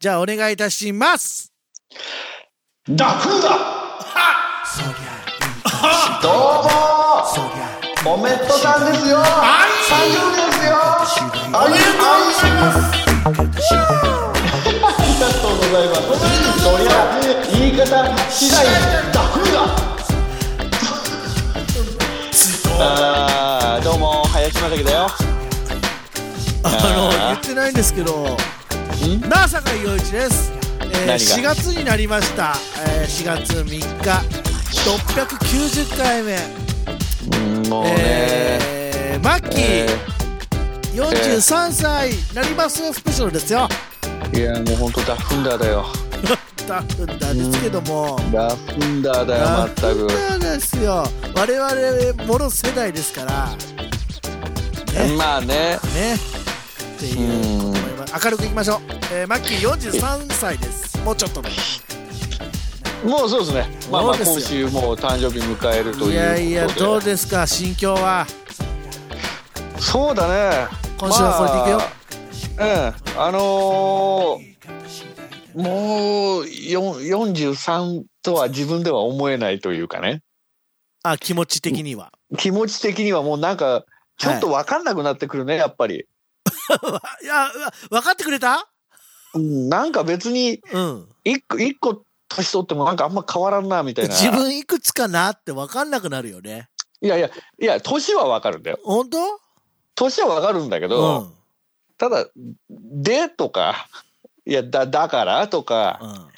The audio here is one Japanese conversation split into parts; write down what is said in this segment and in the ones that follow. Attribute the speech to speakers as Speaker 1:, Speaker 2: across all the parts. Speaker 1: じゃあお願いいたします
Speaker 2: ダクーだ
Speaker 1: そりゃ
Speaker 2: どう
Speaker 1: そ
Speaker 2: も
Speaker 1: りゃ
Speaker 2: おめっとさんですよ30年ですよありがとうございますありがとうございますそりゃ言い方次第ダクーだあーどうも林正樹だよ
Speaker 1: あの言ってないんですけどなあ坂井陽一です、えー、
Speaker 2: 何が
Speaker 1: 4月になりました、えー、4月3日690回目、
Speaker 2: うんもうね
Speaker 1: えー、マッキー、
Speaker 2: え
Speaker 1: 43歳なりますスペシャルですよ
Speaker 2: ーいやもうほんとダフンダーだよ
Speaker 1: だったんですけども、
Speaker 2: ダフンダーだよ
Speaker 1: な
Speaker 2: まったく
Speaker 1: んですよ我々もろ世代ですからね
Speaker 2: まあね
Speaker 1: ねっていうことも今明るくいきましょう、えー、マッキー43歳ですもうちょっとで
Speaker 2: もうそうですねまあまあ
Speaker 1: そう
Speaker 2: 今
Speaker 1: です
Speaker 2: 週もう誕生日迎えるということで
Speaker 1: いやいやどうですか心境は
Speaker 2: そうだね
Speaker 1: 今週はこれでいくよ
Speaker 2: まあうんあのーもうよ43とは自分では思えないというかね
Speaker 1: あ気持ち的には
Speaker 2: 気持ち的にはもうなんかちょっと分かんなくなってくるね、やっぱり、
Speaker 1: いや分かってくれた
Speaker 2: うん、なんか別に
Speaker 1: うん
Speaker 2: 一個一個年取ってもなんかあんま変わらんなみたいな
Speaker 1: 自分いくつかなって分かんなくなるよね
Speaker 2: いやいやいや年は分かるんだよ
Speaker 1: 本当
Speaker 2: 年は分かるんだけど、
Speaker 1: うん
Speaker 2: ただ「で」とか「いやだだから」とか、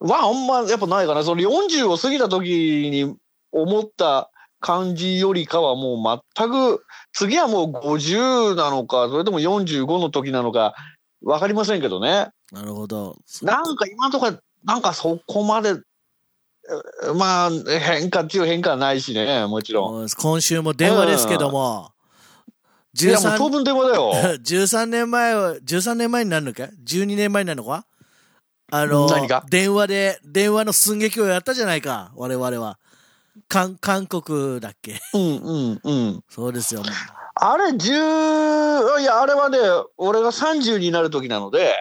Speaker 1: うん
Speaker 2: はあんまやっぱないかなその40を過ぎた時に思った感じよりかはもう全く次はもう50なのかそれとも45の時なのか分かりませんけどね
Speaker 1: なるほど
Speaker 2: なんか今のところなんかそこまでえまあ変化中変化はないしねもちろん。
Speaker 1: もう今週も電話ですけども、
Speaker 2: いやもう
Speaker 1: 13
Speaker 2: 当分電話だよ。
Speaker 1: 13年前は、13年前になるのか ?12 年前になるのかあの
Speaker 2: 何が、
Speaker 1: 電話で、電話の寸劇をやったじゃないか、我々は。韓、韓国だっけ
Speaker 2: うんうんうん。
Speaker 1: そうですよ。
Speaker 2: あれ10いやあれはね俺が30になる時なので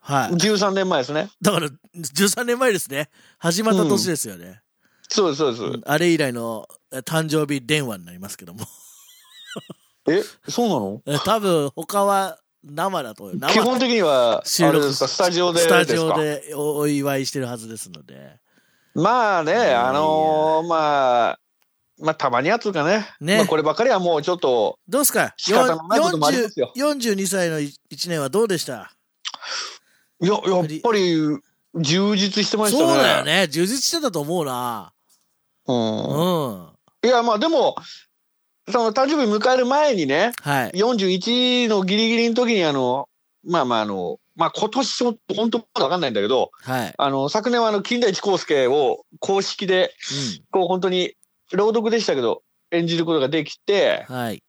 Speaker 1: はい。
Speaker 2: 13年前ですね。
Speaker 1: だから、13年前ですね。始まった年ですよね。
Speaker 2: そうですそうです。
Speaker 1: あれ以来のえ誕生日電話になりますけども。
Speaker 2: えそうなの
Speaker 1: え多分、他は生だと思う。
Speaker 2: 基
Speaker 1: 生
Speaker 2: 本的には、
Speaker 1: 収
Speaker 2: あ
Speaker 1: 録
Speaker 2: れですか、スタジオでで
Speaker 1: ス
Speaker 2: すか
Speaker 1: タジオでおお祝いしてるはずですので。
Speaker 2: まあね、
Speaker 1: や
Speaker 2: あのーまあ、まあ、たまにはつうかね。
Speaker 1: ね
Speaker 2: まあ、こればっかりはもうちょっと、
Speaker 1: どうですか
Speaker 2: 仕方のないこともありますよ
Speaker 1: よん40 42歳の1年はどうでした
Speaker 2: いや、やっぱり、充実してましたね。
Speaker 1: そうだよ。ね充実してたと思うなうん、
Speaker 2: ういや、まあでも、その誕生日迎える前にね、
Speaker 1: はい
Speaker 2: 41のギリギリの時に、あの、まあまああの、まあ今年も本当まだわかんないんだけど、
Speaker 1: はい、
Speaker 2: あの、昨年はあの、金田一耕助を公式で、こう本当に朗読でしたけど、演じることができて、
Speaker 1: うん、はい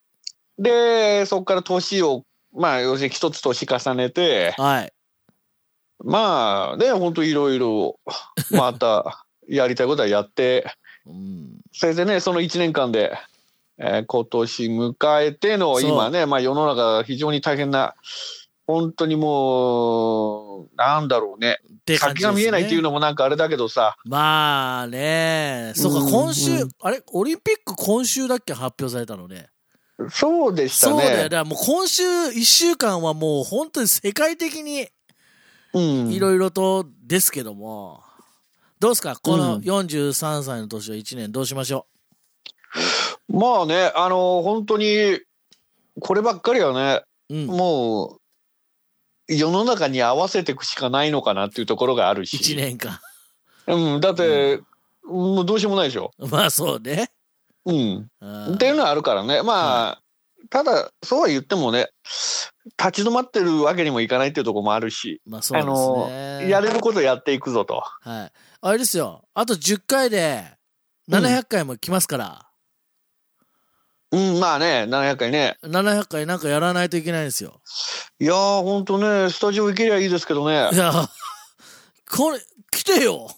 Speaker 2: で、そこから年を、まあ、要するに一つ年重ねて、
Speaker 1: はい
Speaker 2: まあ、ね、本当いろいろ、また、やりたいことはやって、
Speaker 1: うん
Speaker 2: それでね、その1年間で、えー今年迎えての、
Speaker 1: そう
Speaker 2: 今ね、まあ、世の中非常に大変な、本当にもう、なんだろうね
Speaker 1: って感じですね
Speaker 2: 先が見えないっていうのもなんかあれだけどさ、
Speaker 1: まあねそう
Speaker 2: う
Speaker 1: か
Speaker 2: ん
Speaker 1: 今週、
Speaker 2: うん
Speaker 1: あれオリンピック今週だっけ発表されたのね
Speaker 2: そうでした
Speaker 1: そうだよ
Speaker 2: ね
Speaker 1: だ。からもう今週1週間はもう本当に世界的に
Speaker 2: うん
Speaker 1: いろいろとですけども、どうですかこ
Speaker 2: う
Speaker 1: の
Speaker 2: ん
Speaker 1: 43歳の年を1年どうしましょ
Speaker 2: まあね、あの、本当に、こればっかりはね、
Speaker 1: う、うん、
Speaker 2: もう世の中に合わせていくしかないのかなっていうところがあるし
Speaker 1: 1年間
Speaker 2: うん、だって、もうどうしようもないでしょ、
Speaker 1: まあそうね
Speaker 2: うん、
Speaker 1: うん
Speaker 2: っていうのはあるからねまあ、ただそうは言ってもね立ち止まってるわけにもいかないっていうところもあるし、
Speaker 1: まあそうですね
Speaker 2: やれることやっていくぞと
Speaker 1: はいあれですよあと10回で700回も来ますから、
Speaker 2: うんまあね700回ね
Speaker 1: 700回なんかやらないといけないんですよ
Speaker 2: いやーほんとねスタジオ行けりゃいいですけど ね
Speaker 1: いやこれ来てよ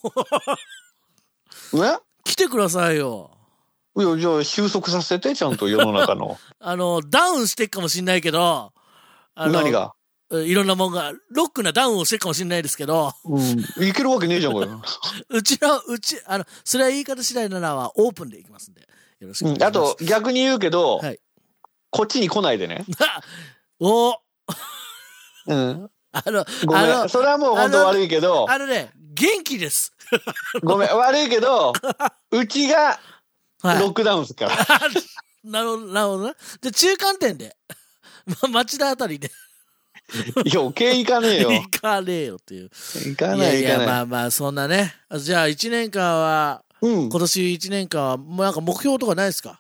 Speaker 2: ねいや
Speaker 1: 来てくださいよ
Speaker 2: じゃあ収束させてちゃんと世の中の
Speaker 1: あのダウンしてっかもしんないけどあの
Speaker 2: 何が
Speaker 1: えいろんなもんが、ロックなダウンをしてるかもしれないですけど、
Speaker 2: うん。いけるわけねえじゃん、 これ。
Speaker 1: うちの、うち、あの、それは言い方次第ならはオープンでいきますんで、よろしくお
Speaker 2: う
Speaker 1: 願い
Speaker 2: ん
Speaker 1: します。
Speaker 2: あと、、逆に言うけど、
Speaker 1: はい
Speaker 2: こっちに来ないでね。
Speaker 1: おー
Speaker 2: うん。
Speaker 1: あの、
Speaker 2: ご
Speaker 1: あ
Speaker 2: め
Speaker 1: の
Speaker 2: ん。それはもう本当悪いけど、
Speaker 1: あのね、元気です。
Speaker 2: ごめん。悪い けど、うちが
Speaker 1: はい
Speaker 2: ロックダウンですから。
Speaker 1: あなるほど、なるほどな。で、中間点で、 ま、町田あたりで、
Speaker 2: 余計行かねえよ。
Speaker 1: 行かねえよっていう。
Speaker 2: 行かない行
Speaker 1: や
Speaker 2: か
Speaker 1: いや、ま
Speaker 2: ない。
Speaker 1: あまあ、そんなね。じゃあ、1年間は、
Speaker 2: うん
Speaker 1: 今。年1年間は、もうなんか目標とかないですか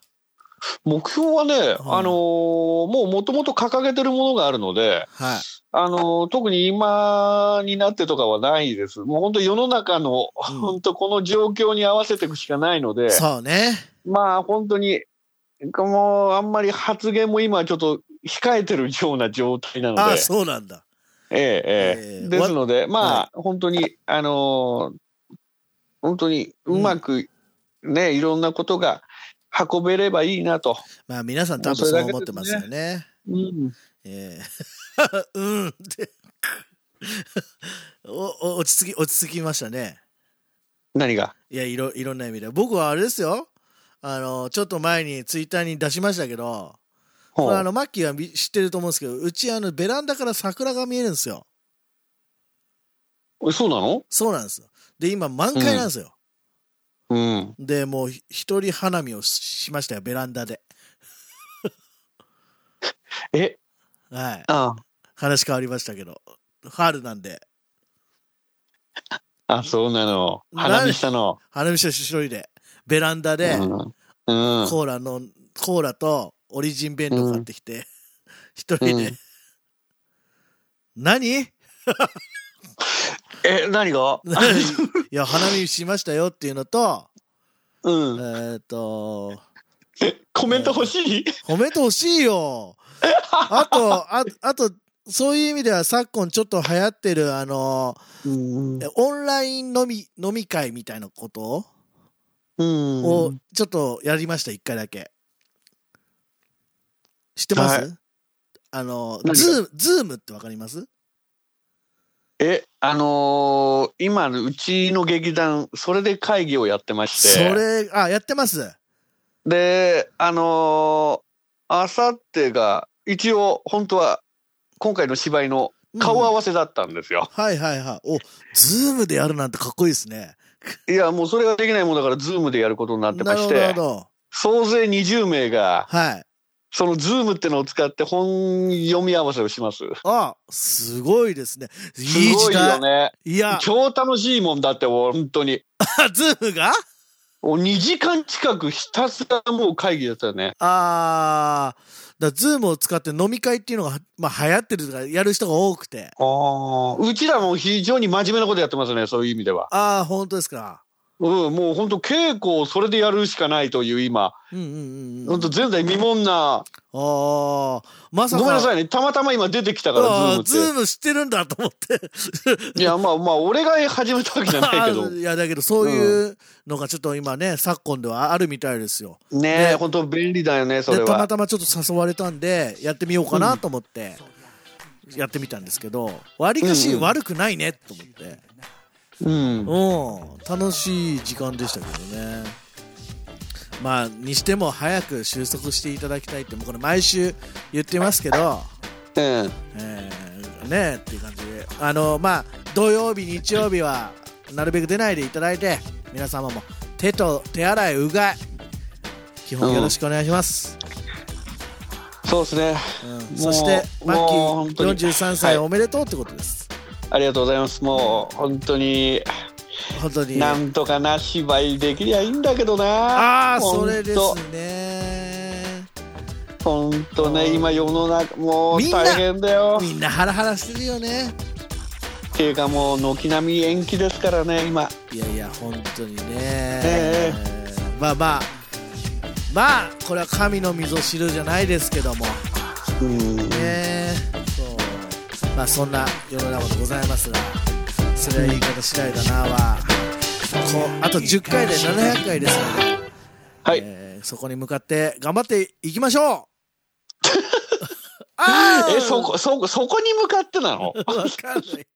Speaker 2: 目標はね、あのーもうもともと掲げてるものがあるので、
Speaker 1: はい。
Speaker 2: あのー特に今になってとかはないです。もう本当世の中の、
Speaker 1: うん
Speaker 2: 本当この状況に合わせていくしかないので、
Speaker 1: そうね。
Speaker 2: まあ本当に、もうあんまり発言も今ちょっと控えてるような状態なので、
Speaker 1: ああ、そうなんだ。
Speaker 2: ええええ
Speaker 1: ええ
Speaker 2: ですので、
Speaker 1: は
Speaker 2: まあ本当に、あのー本当にうまくね、いろんなことが運べればいいなと。
Speaker 1: まあ、皆さん多分そう思ってますよね。
Speaker 2: うん
Speaker 1: ええ うんっておお落ち着き、落ち着きましたね。
Speaker 2: 何が
Speaker 1: いや、いろ、いろんな意味で。僕はあれですよ。あの、ちょっと前にツイッターに出しましたけど、これあの、マッキーはみ知ってると思うんですけど、うちあの、ベランダから桜が見えるんですよ。
Speaker 2: えそうなの
Speaker 1: そうなんですよ。で、今、満開なんですよ。
Speaker 2: うん。
Speaker 1: で、もう、ひ一人花見をししましたよ、ベランダで。
Speaker 2: え、
Speaker 1: はい。
Speaker 2: あ
Speaker 1: 話変わりましたけど。春なんで、
Speaker 2: あ、そうなの。花見したの。
Speaker 1: 花見して一人で、ベランダで、
Speaker 2: うん。うん。
Speaker 1: コーラの、コーラとオリジン弁当買ってきて、一人
Speaker 2: う
Speaker 1: で
Speaker 2: ん、
Speaker 1: 何
Speaker 2: え、何が
Speaker 1: いや、花見しましたよっていうのと、
Speaker 2: う
Speaker 1: え
Speaker 2: ん。
Speaker 1: ーっと、
Speaker 2: コメント欲しい
Speaker 1: 褒めてほしいよ。あと、ああと、そういう意味では昨今ちょっと流行ってる、あの、
Speaker 2: うん
Speaker 1: え。オンライン飲み、飲み会みたいなこと
Speaker 2: うん
Speaker 1: を、ちょっとやりました、一回だけ。知ってます、
Speaker 2: は
Speaker 1: あの、
Speaker 2: 何が
Speaker 1: ズーム、ズームってわかります
Speaker 2: え、あのー今、うちの劇団、それで会議をやってまして。
Speaker 1: それ、あ、やってます。
Speaker 2: で、あのー、あさってが、一応、本当は、今回の芝居の顔合
Speaker 1: は、
Speaker 2: わせだったんですよ。
Speaker 1: はいはいはい。お、ズームでやるなんてかっこいいですね。
Speaker 2: いや、もうそれができないもんだから、ズームでやることになって
Speaker 1: な
Speaker 2: ま
Speaker 1: る
Speaker 2: し
Speaker 1: ほど、なる
Speaker 2: て
Speaker 1: ほ、ど。
Speaker 2: 総勢20名が、
Speaker 1: はい。
Speaker 2: そのズームってのを使って本読み合わせをします。
Speaker 1: あ、すごいですね。いい
Speaker 2: すご
Speaker 1: 時
Speaker 2: いよ
Speaker 1: 代。
Speaker 2: ね。
Speaker 1: い や、
Speaker 2: 超楽しいもんだって、本当に。
Speaker 1: ズームが
Speaker 2: もう2時間近くひたすらもう会議だったよね。
Speaker 1: あー、だズームを使って飲み会っていうのが、まあ、流行ってるとか、やる人が多くて。
Speaker 2: ああ。うちらも非常に真面目なことやってますね、そういう意味では。
Speaker 1: あー、本当ですか。
Speaker 2: うん、もう本当稽古をそれでやるしかないという今、
Speaker 1: うんうんうんう
Speaker 2: 本
Speaker 1: ん。
Speaker 2: 当前代未聞な、
Speaker 1: あー、まさ
Speaker 2: ご
Speaker 1: か。
Speaker 2: めんなさ
Speaker 1: い。
Speaker 2: いね、たまたま今出てきたから、
Speaker 1: あー
Speaker 2: ズ
Speaker 1: ズ
Speaker 2: ーム
Speaker 1: ーム知ってるんだと思って。
Speaker 2: って。いや、まあまあ、俺が始めたわけじゃない け
Speaker 1: あ
Speaker 2: ど
Speaker 1: ー。いや、だけどそういうのがちょっと今ね、昨今ではあるみたいですよ。
Speaker 2: ね
Speaker 1: ね
Speaker 2: え、本当便利だよね、それ
Speaker 1: でたま
Speaker 2: は。
Speaker 1: たまちょっと誘われたんでやってみようかなと思ってやってみたんですけど、わりかし
Speaker 2: うんうん
Speaker 1: 悪くないねと思って、
Speaker 2: うん。
Speaker 1: うん、楽しい時間でしたけどねまあにしても早く収束していただきたいってもうこれ毎週言ってますけど、
Speaker 2: うん。
Speaker 1: えーねえっていう感じであのまあ土曜日日曜日はなるべく出ないでいただいて皆様も手と手洗いうがい基本よろしくお願いします、
Speaker 2: そうですね。
Speaker 1: うんそしてマッキ
Speaker 2: もう本
Speaker 1: ー
Speaker 2: 当に
Speaker 1: 43
Speaker 2: はい
Speaker 1: 歳おめでとうってことです、
Speaker 2: ありがとうございます。もう、本当に、
Speaker 1: 本当に
Speaker 2: なんとかな芝居できりゃいいんだけどな。
Speaker 1: ああ
Speaker 2: ほん
Speaker 1: そ
Speaker 2: と
Speaker 1: れですね
Speaker 2: 本当ね、今世の中、もう
Speaker 1: みんな
Speaker 2: 大変だよ。
Speaker 1: みんなハラハラしてるよね
Speaker 2: っていうかもう、軒並み延期ですからね、今。
Speaker 1: いやいや本当にね、
Speaker 2: え
Speaker 1: まあまあまあこれは神の溝知るじゃないですけども
Speaker 2: うん。
Speaker 1: ねそうまあそんな世の中でございますがそれは言い方次第だなはこうあと10回で700回ですので
Speaker 2: はい。
Speaker 1: えーそこに向かって頑張っていきましょう
Speaker 2: あー
Speaker 1: え、そこ、そこ、そこに向かってなの
Speaker 2: わかんない。